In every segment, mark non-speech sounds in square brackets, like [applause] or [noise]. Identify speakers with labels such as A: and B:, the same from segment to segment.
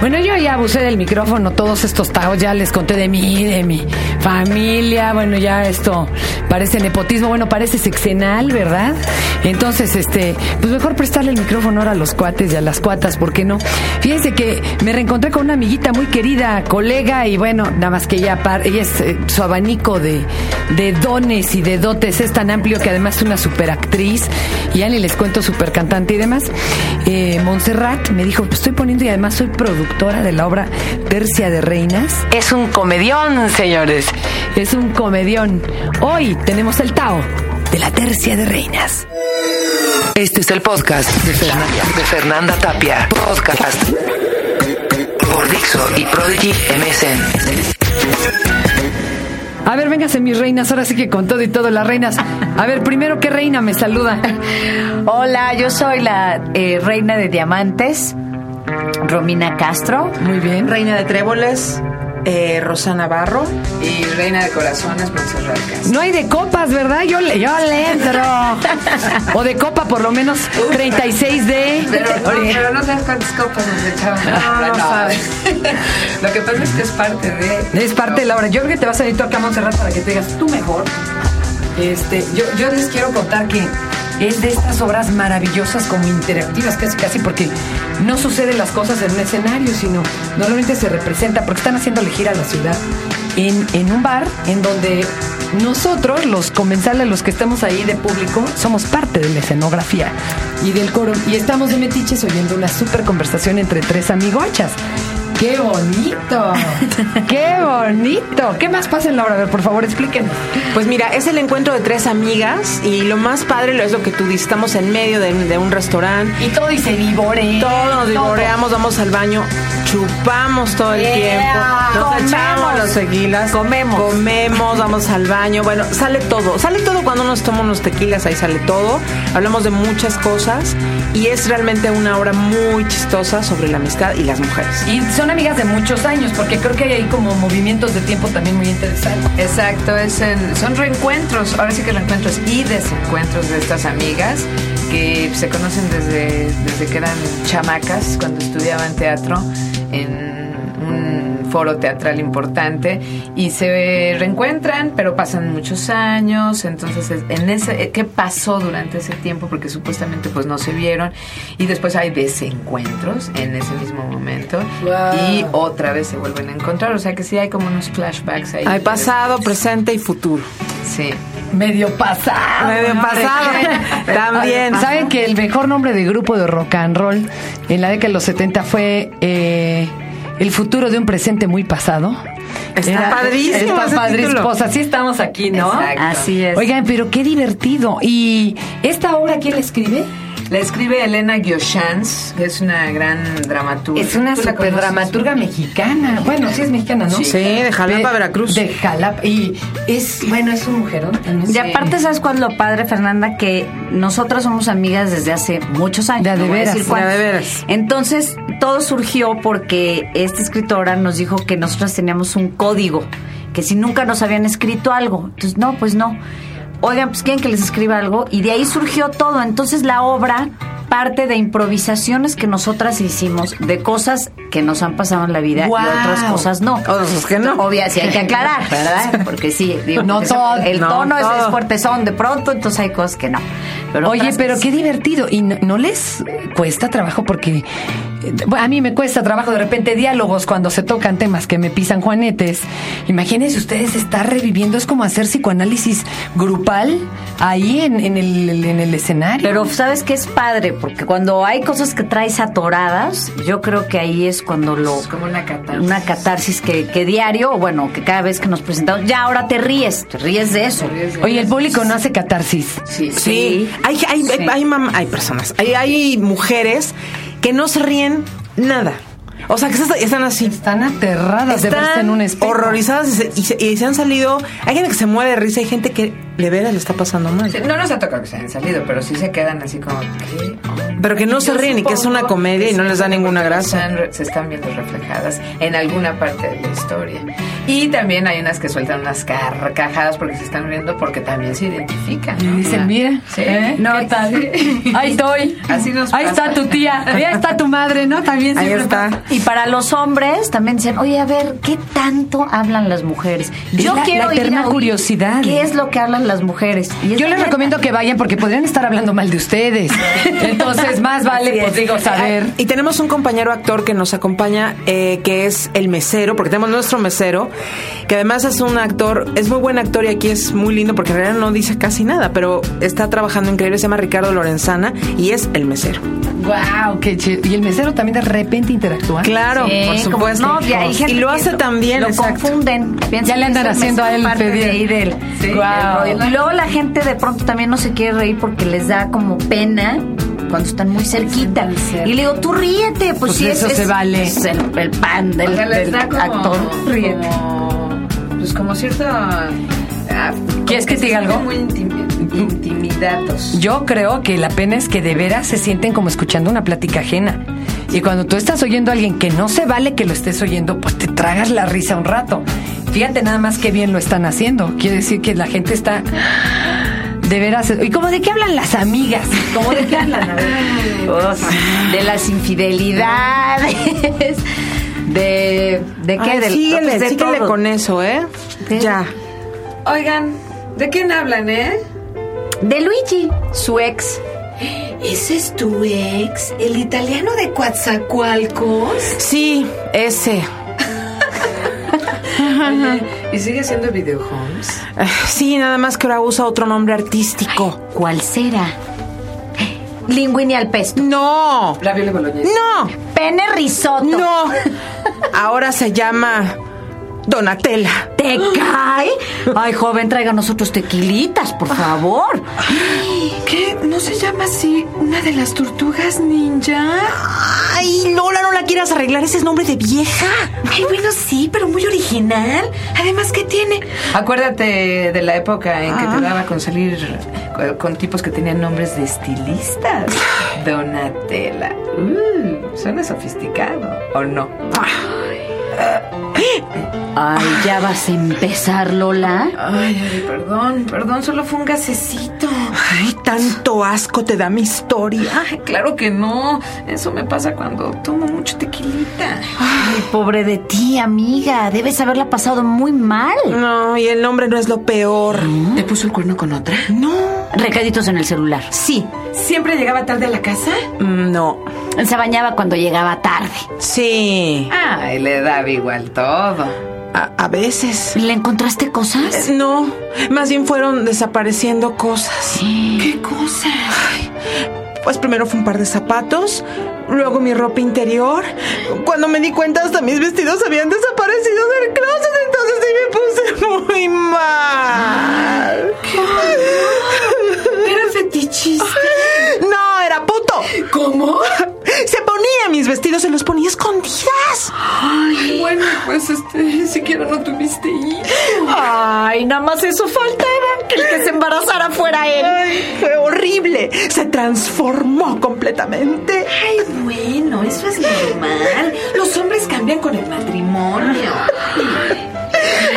A: Bueno, yo ya abusé del micrófono, todos estos tajos ya les conté de mí, de mi familia, bueno, ya esto parece nepotismo, bueno, parece sexenal, ¿verdad? Entonces, este, pues mejor prestarle el micrófono ahora a los cuates y a las cuatas, ¿por qué no? Fíjense que me reencontré con una amiguita muy querida, colega, y bueno, nada más que ella, par- ella es, eh, su abanico de, de dones y de dotes es tan amplio que además es una superactriz, y ya ni les cuento supercantante y demás. Eh, Montserrat me dijo, pues estoy poniendo y además soy productora de la obra Tercia de Reinas. Es un comedión, señores. Es un comedión. Hoy tenemos el Tao de la Tercia de Reinas.
B: Este es el podcast de Fernanda, de Fernanda Tapia. Podcast por Dixo y Prodigy MSN.
A: A ver, véngase mis reinas, ahora sí que con todo y todo las reinas. A ver, primero, ¿qué reina me saluda?
C: Hola, yo soy la eh, reina de diamantes, Romina Castro.
A: Muy bien.
D: Reina de Tréboles, eh, Rosa Navarro. Y Reina de Corazones, Montserrat Castro.
A: No hay de copas, ¿verdad? Yo le, yo le entro. O de copa, por lo menos 36 de...
D: Pero no, pero no sabes cuántas copas nos echaban. No, no sabes. Lo que pasa es que es parte de.
A: Es parte de la obra. Yo creo que te vas a ir tú acá a Montserrat para que te digas tú mejor. Este, yo, yo les quiero contar que es de estas obras maravillosas como interactivas, casi casi, porque no suceden las cosas en un escenario, sino normalmente se representa, porque están haciéndole gira a la ciudad en, en un bar en donde nosotros, los comensales, los que estamos ahí de público, somos parte de la escenografía y del coro. Y estamos de metiches oyendo una súper conversación entre tres amigochas. ¡Qué bonito! ¡Qué bonito! ¿Qué más pasa en la obra? A ver, por favor, explíquenos.
E: Pues mira, es el encuentro de tres amigas y lo más padre lo es lo que tú dices, estamos en medio de, de un restaurante,
A: Y todo y se divore.
E: todos nos divorreamos, vamos al baño, chupamos todo el
C: Yeah.
E: tiempo, nos
C: Comemos.
E: echamos los tequilas,
C: Comemos.
E: comemos, vamos al baño, bueno, sale todo, sale todo cuando nos tomamos unos tequilas, ahí sale todo, hablamos de muchas cosas y es realmente una obra muy chistosa sobre la amistad y las mujeres.
A: Y son amigas de muchos años, porque creo que hay ahí como movimientos de tiempo también muy interesantes.
D: Exacto, es en- son reencuentros, ahora sí que reencuentros y desencuentros de estas amigas que se conocen desde, desde que eran chamacas, cuando estudiaban teatro en un foro teatral importante y se reencuentran, pero pasan muchos años, entonces es- en ese eh, qué pasó durante ese tiempo porque supuestamente pues no se vieron y después hay desencuentros en ese mismo momento y otra vez se vuelven a encontrar, o sea que sí hay como unos flashbacks ahí.
E: Hay pasado, presente y futuro.
D: Sí.
A: Medio pasado.
E: Medio
A: ¿no?
E: pasado.
A: ¿De qué?
E: También.
A: ¿Saben que el mejor nombre de grupo de rock and roll en la década de los 70 fue eh, El futuro de un presente muy pasado?
E: Está padrísimo
A: Está
E: ese
A: padrísimo.
E: título.
A: Pues así estamos aquí, ¿no?
D: Exacto.
C: Así es.
A: Oigan, pero qué divertido. ¿Y esta obra quién la escribe?
D: La escribe Elena Gioshans, que es una gran dramaturga.
A: Es una
D: ¿Tú la
A: super dramaturga mexicana. Bueno, sí es mexicana, ¿no?
D: Sí. Sí,
E: de Jalapa, Veracruz.
A: De Jalapa. Y es, bueno, es un mujerón también.
C: Y
D: Sí.
C: aparte, ¿sabes cuál es lo padre, Fernanda? Que nosotras somos amigas desde hace muchos años.
A: De a de
C: no voy a
A: veras,
C: decir
A: de
C: cuántos.
E: a de veras.
C: Entonces, todo surgió porque esta escritora nos dijo que nosotras teníamos un código, que si nunca nos habían escrito algo. Entonces, no, pues no. Oigan, pues quieren que les escriba algo. Y de ahí surgió todo. Entonces, la obra parte de improvisaciones que nosotras hicimos, de cosas que nos han pasado en la vida y otras cosas no.
E: Otras que no.
C: Obvio, sí hay que aclarar, ¿verdad? Porque sí, digo,
A: No
C: el
A: todo,
E: no
C: tono es,
E: todo.
C: es fuertezón de pronto, entonces hay cosas que no. Pero
A: Oye,
C: otras
A: pero
C: que
A: qué
C: sí.
A: divertido. ¿Y no, no les cuesta trabajo? Porque eh, bueno, a mí me cuesta trabajo de repente diálogos cuando se tocan temas que me pisan juanetes. Imagínense ustedes estar reviviendo, es como hacer psicoanálisis grupal ahí en, en el, en el escenario.
C: Pero sabes que es padre, porque cuando hay cosas que traes atoradas, yo creo que ahí es cuando lo...
D: Es como una catarsis.
C: Una catarsis que, que diario, o bueno, que cada vez que nos presentamos, ya ahora te ríes, te ríes de eso.
A: Oye, el público no hace catarsis.
D: Sí, sí.
E: Sí, hay, hay, hay, hay mam- hay personas, hay, hay mujeres que no se ríen nada. O sea, que están, están así.
A: Están aterradas de verse en un espejo.
E: horrorizadas y se, y se- y se han salido. Hay gente que se muere de risa, hay gente que de veras le está pasando mal.
D: No nos ha tocado que se hayan salido, pero sí se quedan así como, ¿qué?
E: Pero que no se
D: yo
E: ríen y que es
D: supongo
E: una comedia
D: que
E: y no
D: sí,
E: les da ninguna
D: porque
E: grasa.
D: están re- se están viendo reflejadas en alguna parte de la historia. Y también hay unas que sueltan unas carcajadas porque se están riendo porque también se identifican. ¿no?
A: Dicen,
D: Una-
A: mira,
D: Sí.
A: ¿eh? no
D: [laughs] Sí.
A: tal. Ahí estoy.
D: Así nos
A: Ahí
D: pasa.
A: está tu tía. Ahí está tu madre, ¿no? También
E: Ahí
A: siempre
E: está.
A: pasa.
C: Y para los hombres también dicen, oye, a ver, ¿qué tanto hablan las mujeres?
A: Es
C: Yo
A: la-
C: quiero
A: la
C: ir
A: eterna
C: a oír
A: curiosidad.
C: ¿Qué es lo que hablan las mujeres? Y es
A: Yo
C: la
A: les
C: neta.
A: recomiendo que vayan porque podrían estar hablando mal de ustedes. Entonces, más vale, pues digo, saber.
E: Y tenemos un compañero actor que nos acompaña, eh, que es el mesero, porque tenemos nuestro mesero, que además es un actor, es muy buen actor y aquí es muy lindo porque en realidad no dice casi nada, pero está trabajando increíble, se llama Ricardo Lorenzana y es el mesero.
A: ¡Wow! ¡Qué chido! Y el mesero también de repente interactúa.
E: Claro,
C: Sí,
E: por
C: como-
E: supuesto.
C: no, y hay gente
E: y lo
C: que
E: hace también,
C: Lo
E: exacto.
C: confunden. Piensan
A: Ya le
C: que
A: andan
C: eso es
A: haciendo a él
C: parte
A: pedir.
C: de ahí del-
A: Sí,
C: del
A: guau.
C: rollo. Y luego la gente de pronto también no se quiere reír porque les da como pena cuando están muy cerquita. Y le digo, tú ríete, pues,
A: Pues
C: sí, es-
A: eso se
C: es-
A: vale.
C: es el, el pan
D: O
C: del,
D: sea, les
C: del
D: da como-
C: actor. Ríete.
D: como- pues como cierto. ah,
A: ¿Quieres que te diga algo?
D: Muy intimi- intimidados.
A: Yo creo que la pena es que de veras se sienten como escuchando una plática ajena. Y cuando tú estás oyendo a alguien que no se vale que lo estés oyendo, pues te tragas la risa un rato. Fíjate nada más qué bien lo están haciendo. Quiere decir que la gente está de veras. ¿Y cómo de qué hablan las amigas? ¿Cómo de qué hablan? A ver.
C: Uf, de las infidelidades. [laughs] De, ¿De qué?
E: Ay,
C: Del-
E: síguele,
C: pues, de
E: síguele
C: todo.
E: con eso, ¿eh?
C: Sí.
E: Ya.
D: Oigan, ¿de quién hablan, eh?
C: De Luigi, su ex.
F: ¿Ese es tu ex? ¿El italiano de Coatzacoalcos?
E: Sí, ese.
D: ¿Y sigue siendo videohomes?
E: Ah, Sí, nada más que ahora usa otro nombre artístico.
C: ¿Cuál será? Linguini al pesto.
E: No,
D: Ravioli boloñesa.
E: no,
C: Pene risotto.
E: no. [laughs] Ahora se llama Donatella.
C: ¿Te cae? Ay, joven, tráiganos otros tequilitas, por favor.
F: ¿Qué? ¿No se llama así una de las tortugas ninja?
E: Ay, Lola, no la quieras arreglar, ese es nombre de vieja.
F: Ay, bueno, sí, pero muy original. Además, ¿qué tiene?
D: Acuérdate de la época en que te daba con salir co- con tipos que tenían nombres de estilistas. Donatella. Mm, suena sofisticado, ¿o no?
C: Ay, ya vas a empezar, Lola.
D: Ay, ay, perdón, perdón, solo fue un gasecito.
E: Ay, tanto asco te da mi historia.
D: Ay, claro que no. Eso me pasa cuando tomo mucho tequilita.
C: Ay, pobre de ti, amiga. Debes haberla pasado muy mal.
E: No, y el nombre no es lo peor.
F: ¿Te puso el cuerno con otra?
C: Recaditos en el celular.
F: Sí. ¿Siempre llegaba tarde a la casa?
E: Mm, No.
C: Se bañaba cuando llegaba tarde.
E: Sí.
D: Ay, le daba igual todo.
E: A, a veces.
C: ¿Le encontraste cosas?
E: No, más bien fueron desapareciendo cosas.
F: ¿Qué cosa?
E: Pues primero fue un par de zapatos, luego mi ropa interior. Cuando me di cuenta hasta mis vestidos habían desaparecido del closet, entonces sí me puse [laughs] muy mal.
F: ¿Era fetichista?
E: No, era puto.
F: ¿Cómo?
E: Se ponía mis vestidos, se los ponía escondidas.
F: Ay, bueno, pues este, ni siquiera no tuviste hijo.
C: Ay, nada más eso faltaba. Que el que se embarazara fuera él.
E: Ay, fue horrible. Se transformó completamente.
F: Ay, bueno, eso es normal. Los hombres cambian con el matrimonio.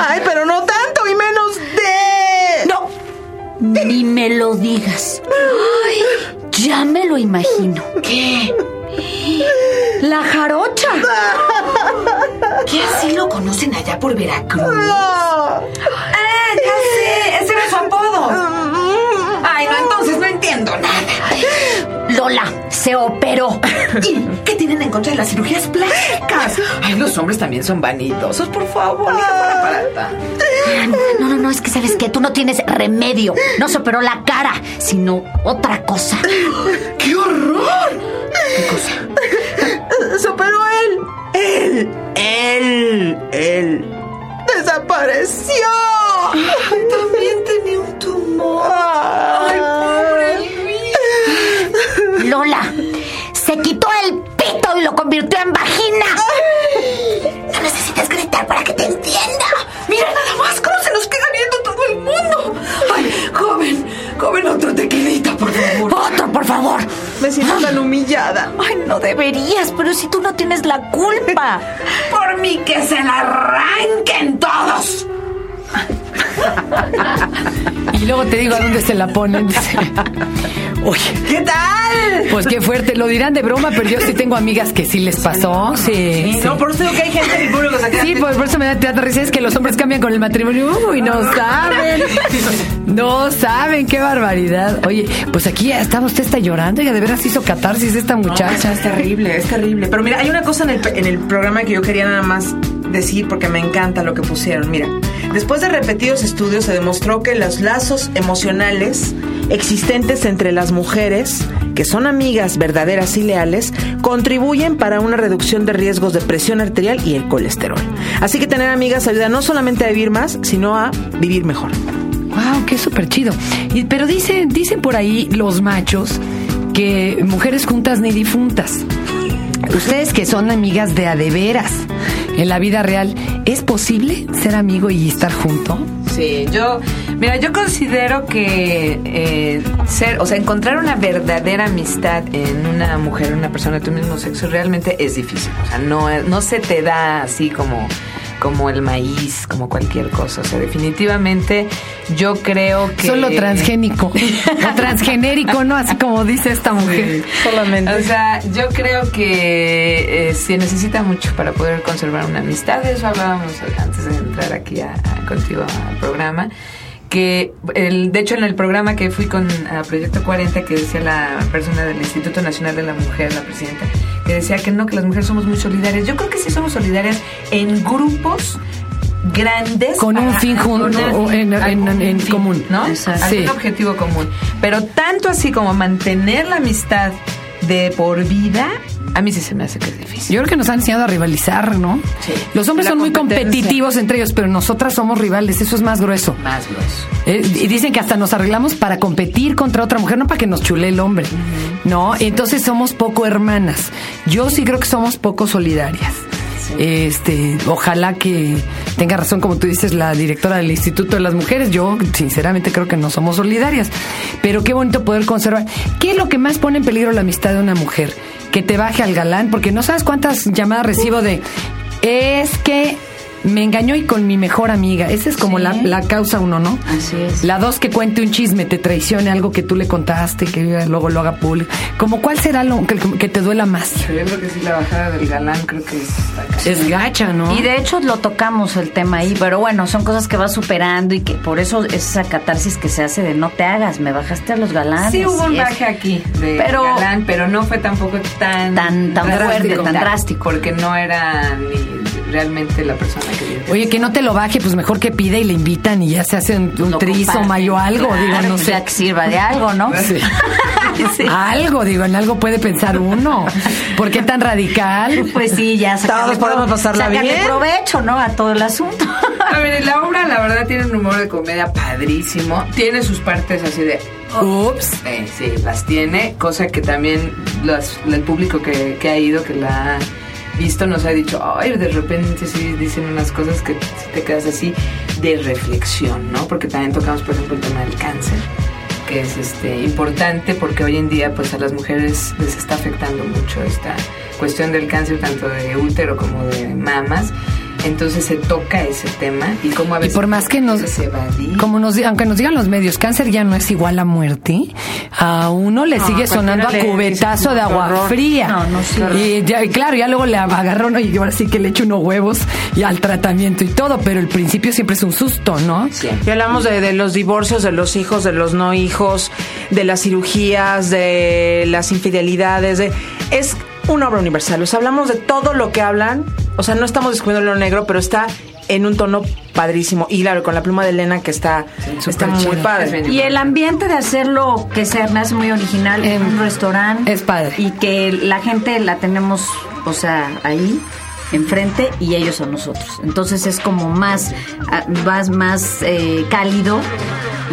E: Ay, pero no tanto y menos de.
C: No. Ni me lo digas. Ay, ya me lo imagino.
F: ¿Qué?
C: La jarocha.
F: ¿Qué así lo conocen allá por Veracruz?
E: No.
F: Ah, ya sé. Ese era su apodo. Ay, no, entonces no entiendo nada.
C: Lola se operó.
F: ¿Y qué tienen en contra de las cirugías plásticas?
D: Ay, los hombres también son vanidosos, por favor. diga, para, para, para.
C: No, no, no, es que sabes que tú no tienes remedio. No se operó la cara, sino otra cosa.
F: ¡Qué horror!
E: Superó él. Él. Él. Él. Desapareció.
F: También tenía un tumor.
C: Lola se quitó el pito y lo convirtió en vagina.
F: No necesitas gritar para que te entienda. Mira nada más cómo se nos queda viendo todo el mundo. Ay, joven, joven, otro tequilita, por favor.
C: Otro, por favor.
F: Me
E: me siento tan humillada.
C: Ay, no deberías, pero si tú no tienes la culpa.
F: Por mí que
E: Pues
F: se la arranquen todos.
A: Y luego te digo a dónde se la ponen. Oye,
E: ¿Qué tal?
A: pues qué fuerte. Lo dirán de broma, pero yo sí tengo amigas que sí les pasó. Sí. sí.
E: No, por eso digo que hay gente en el público que se queda-
A: Sí, pues por eso me da teatro risa es que los hombres cambian con el matrimonio. Uy, no saben. No saben, qué barbaridad. Oye, pues aquí ya estaba usted está llorando, ya de veras hizo catarsis esta muchacha.
E: Es terrible, es terrible. Pero mira, hay una cosa en el, en el programa que yo quería nada más decir porque me encanta lo que pusieron. Mira, después de repetidos estudios se demostró que los lazos emocionales existentes entre las mujeres, que son amigas verdaderas y leales, contribuyen para una reducción de riesgos de presión arterial y el colesterol. Así que tener amigas ayuda no solamente a vivir más, sino a vivir mejor.
A: Wow, qué súper chido. Y- Pero dicen, dicen por ahí los machos que mujeres juntas ni difuntas. Ustedes que son amigas de a de veras en la vida real, ¿es posible ser amigo y estar junto?
D: Sí, yo, mira, yo considero que eh, ser, o sea, encontrar una verdadera amistad en una mujer, en una persona de tu mismo sexo, realmente es difícil. O sea, no, no se te da así como, como el maíz, como cualquier cosa. O sea, definitivamente yo creo que...
A: Solo transgénico o transgenérico, ¿no? Así como dice esta mujer.
E: Solamente.
D: O sea, yo creo que eh, se necesita mucho para poder conservar una amistad. De eso hablábamos antes de entrar aquí a- a- contigo al programa. Que, el, de hecho, en el programa que fui con a Proyecto 40, que decía la persona del Instituto Nacional de la Mujer, la presidenta, que decía que no, que las mujeres somos muy solidarias. Yo creo que sí somos solidarias en grupos grandes.
A: Con un
D: para-
A: fin jun-
D: con un-
A: o en- en-
D: algún
A: en- en
D: fin,
A: común.
D: ¿no?
A: Exacto.
D: Algún
A: Sí.
D: objetivo común. Pero tanto así como mantener la amistad de por vida, a mí sí se me hace que es difícil.
A: Yo creo que nos han enseñado a rivalizar, ¿no?
D: Sí.
A: Los hombres
D: La
A: son muy
D: competencia.
A: competitivos entre ellos, pero nosotras somos rivales, eso es más grueso.
D: Más grueso.
A: Eh, y dicen que hasta nos arreglamos para competir contra otra mujer, no para que nos chule el hombre, ¿no? Entonces somos poco hermanas. Yo sí creo que somos poco solidarias. Este, ojalá que tenga razón, como tú dices, la directora del Instituto de las Mujeres. Yo, sinceramente, creo que no somos solidarias. Pero qué bonito poder conservar. ¿Qué es lo que más pone en peligro la amistad de una mujer? Que te baje al galán, porque no sabes cuántas llamadas recibo de. Es que me engañó y con mi mejor amiga. Esa es como
C: Sí.
A: la, la causa uno, ¿no?
C: Así es.
A: La dos, que cuente un chisme, te traicione algo que tú le contaste, que luego lo haga público. Como cuál será lo que, que te duela más.
D: Pero yo creo que sí, la bajada del galán creo que es...
A: Es gacha, ¿no?
C: Y de hecho lo tocamos el tema ahí, pero bueno, son cosas que vas superando y que por eso es esa catarsis que se hace de no te hagas, me bajaste a los galanes.
D: Sí hubo un
C: y es-
D: baje aquí de
C: Pero-
D: galán, pero no fue tampoco tan...
C: Tan- tan fuerte, tan drástico.
D: Porque no era ni realmente la persona que yo...
A: Oye, que no te lo baje, pues mejor que pida y le invitan y ya se hace un, un
C: lo
A: trisoma
C: comparten,
A: o algo,
C: claro,
A: digo, no
C: pues
A: sé.
C: Ya que sirva de algo, ¿no? [laughs]
A: Sí. Algo, digo, en algo puede pensar uno. ¿Por qué tan radical?
C: Pues sí, ya
E: Todos podemos
C: pro-
E: pasarla
C: sácale
E: bien.
C: provecho, ¿no? A todo el asunto.
D: A ver, la obra la verdad tiene un humor de comedia padrísimo. Tiene sus partes así de...
A: Ups.
D: Eh, sí, las tiene, cosa que también las- el público que, que ha ido, que la ha visto, nos ha dicho, ay, de repente sí dicen unas cosas que sí te quedas así de reflexión, ¿no? Porque también tocamos, por ejemplo, el tema del cáncer, que es este importante porque hoy en día pues a las mujeres les está afectando mucho esta cuestión del cáncer, tanto de útero como de mamas. Entonces se toca ese tema y como a
A: Y
D: veces...
A: por más que nos,
D: se evadir.
A: como nos, di- aunque nos digan los medios, cáncer ya no es igual a muerte. A uno le sigue sonando a
E: cualquiera le-
A: cubetazo de
E: qué
A: agua
E: horror.
A: fría.
C: No, no, sí.
A: Y ya- y claro, ya luego le agarra uno y ahora sí que le echo unos huevos y al tratamiento y todo, pero el principio siempre es un susto, ¿no?
E: Ya hablamos de, de los divorcios, de los hijos, de los no hijos, de las cirugías, de las infidelidades. De, es una obra universal. O sea, hablamos de todo lo que hablan. O sea, no estamos descubriendo lo negro, pero está en un tono padrísimo. Y claro, con la pluma de Elena que está, está
A: súper
E: muy
A: chido.
E: padre.
C: Y el ambiente de hacerlo que se me hace muy original en
A: Em,
C: un restaurante.
A: es padre.
C: Y que la gente la tenemos, o sea, ahí enfrente y ellos a nosotros. Entonces es como más, ah, más, más eh, cálido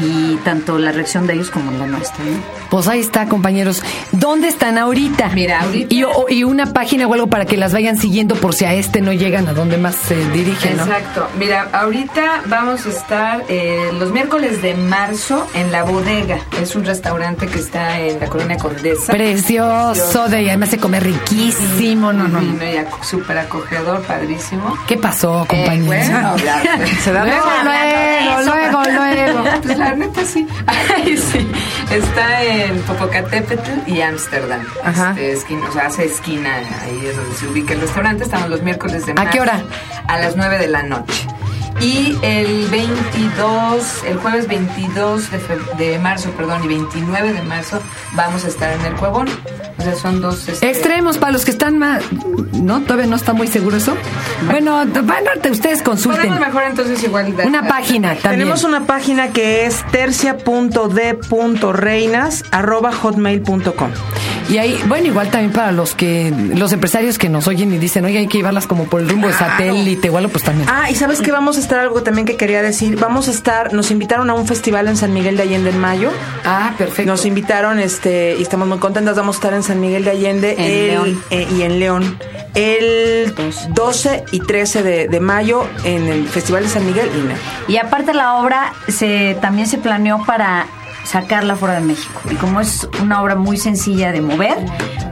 C: y tanto la reacción de ellos como la nuestra. ¿no?
A: Pues ahí está, compañeros. ¿Dónde están ahorita?
D: Mira, ahorita-
A: Y, o- y una página o algo para que las vayan siguiendo por si a este no llegan a donde más se dirigen, ¿no?
D: Exacto. Mira, ahorita vamos a estar eh, los miércoles de marzo en La Bodega. Es un restaurante que está en la Colonia Condesa.
A: Precioso, de, y además se come riquísimo, no, no.
D: Divino y ac- súper acogedor, padrísimo.
A: ¿Qué pasó,
D: Eh,
A: compañeros?
D: bueno, ya, se da
A: luego, luego, luego,
D: [laughs]
A: luego.
D: Pues la neta sí. Ay, sí. Está en Popocatépetl y Ámsterdam.
E: Ajá.
D: Este, esquina, o sea, hace esquina, ahí es donde se ubica el restaurante. Estamos los miércoles de
A: ¿A qué
D: marzo
A: hora?
D: A las 9 de la noche. Y el 22, el jueves 22 de, fe- de marzo, perdón, y 29 de marzo vamos a estar en el Cuevón. O sea, son dos... este,
A: Extremos para los que están más, ¿no? Todavía no está muy seguro eso. Bueno, t- bueno, te- ustedes consulten.
D: Podemos mejor entonces igual... dar-
A: Una página también.
E: Tenemos una página que es tercia.d.reinas.hotmail.com.
A: Y ahí, bueno, igual también para los que, los empresarios que nos oyen y dicen, oye, hay que llevarlas como por el rumbo de satélite o algo, pues también.
E: Ah, y sabes que vamos a estar algo también que quería decir. Vamos a estar, nos invitaron a un festival en San Miguel de Allende en mayo.
A: Ah, perfecto.
E: Nos invitaron, este, y estamos muy contentas. Vamos a estar en San Miguel de Allende
D: En
E: el-
D: León.
E: eh, y en León el 12 y 13 de, de mayo en el Festival de San Miguel. Ina.
C: Y aparte la obra se también se planeó para sacarla fuera de México. Y como es una obra muy sencilla de mover,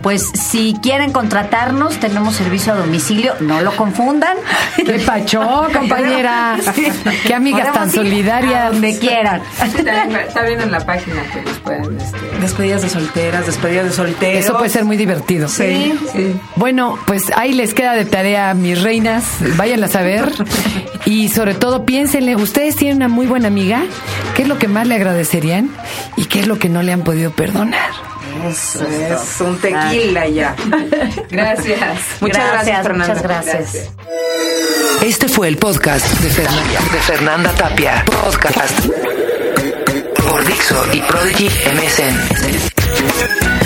C: pues si quieren contratarnos, tenemos servicio a domicilio, no lo
A: [laughs]
C: confundan.
A: ¿Qué pachó,
C: [laughs]
A: compañera? Qué amigas tan
C: Podemos ir
A: solidarias.
C: a donde quieran.
D: Ah, Sí, también- Está bien en la página que nos pueden... Este,
E: Despedidas de solteras, despedidas de solteros.
A: Eso puede ser muy divertido.
E: Sí.
D: sí.
A: Bueno, pues ahí les queda de tarea, mis reinas, váyanlas a ver. Y sobre todo piénsenle, ustedes tienen una muy buena amiga, ¿qué es lo que más le agradecerían y qué es lo que no le han podido perdonar?
C: Eso
E: Es un tequila ya.
D: Ah. [laughs] Gracias.
E: Muchas gracias, Fernanda.
C: Muchas gracias.
D: Gracias.
B: Este fue el podcast de Fernanda, de Fernanda Tapia. Podcast por Dixo y Prodigy MSN.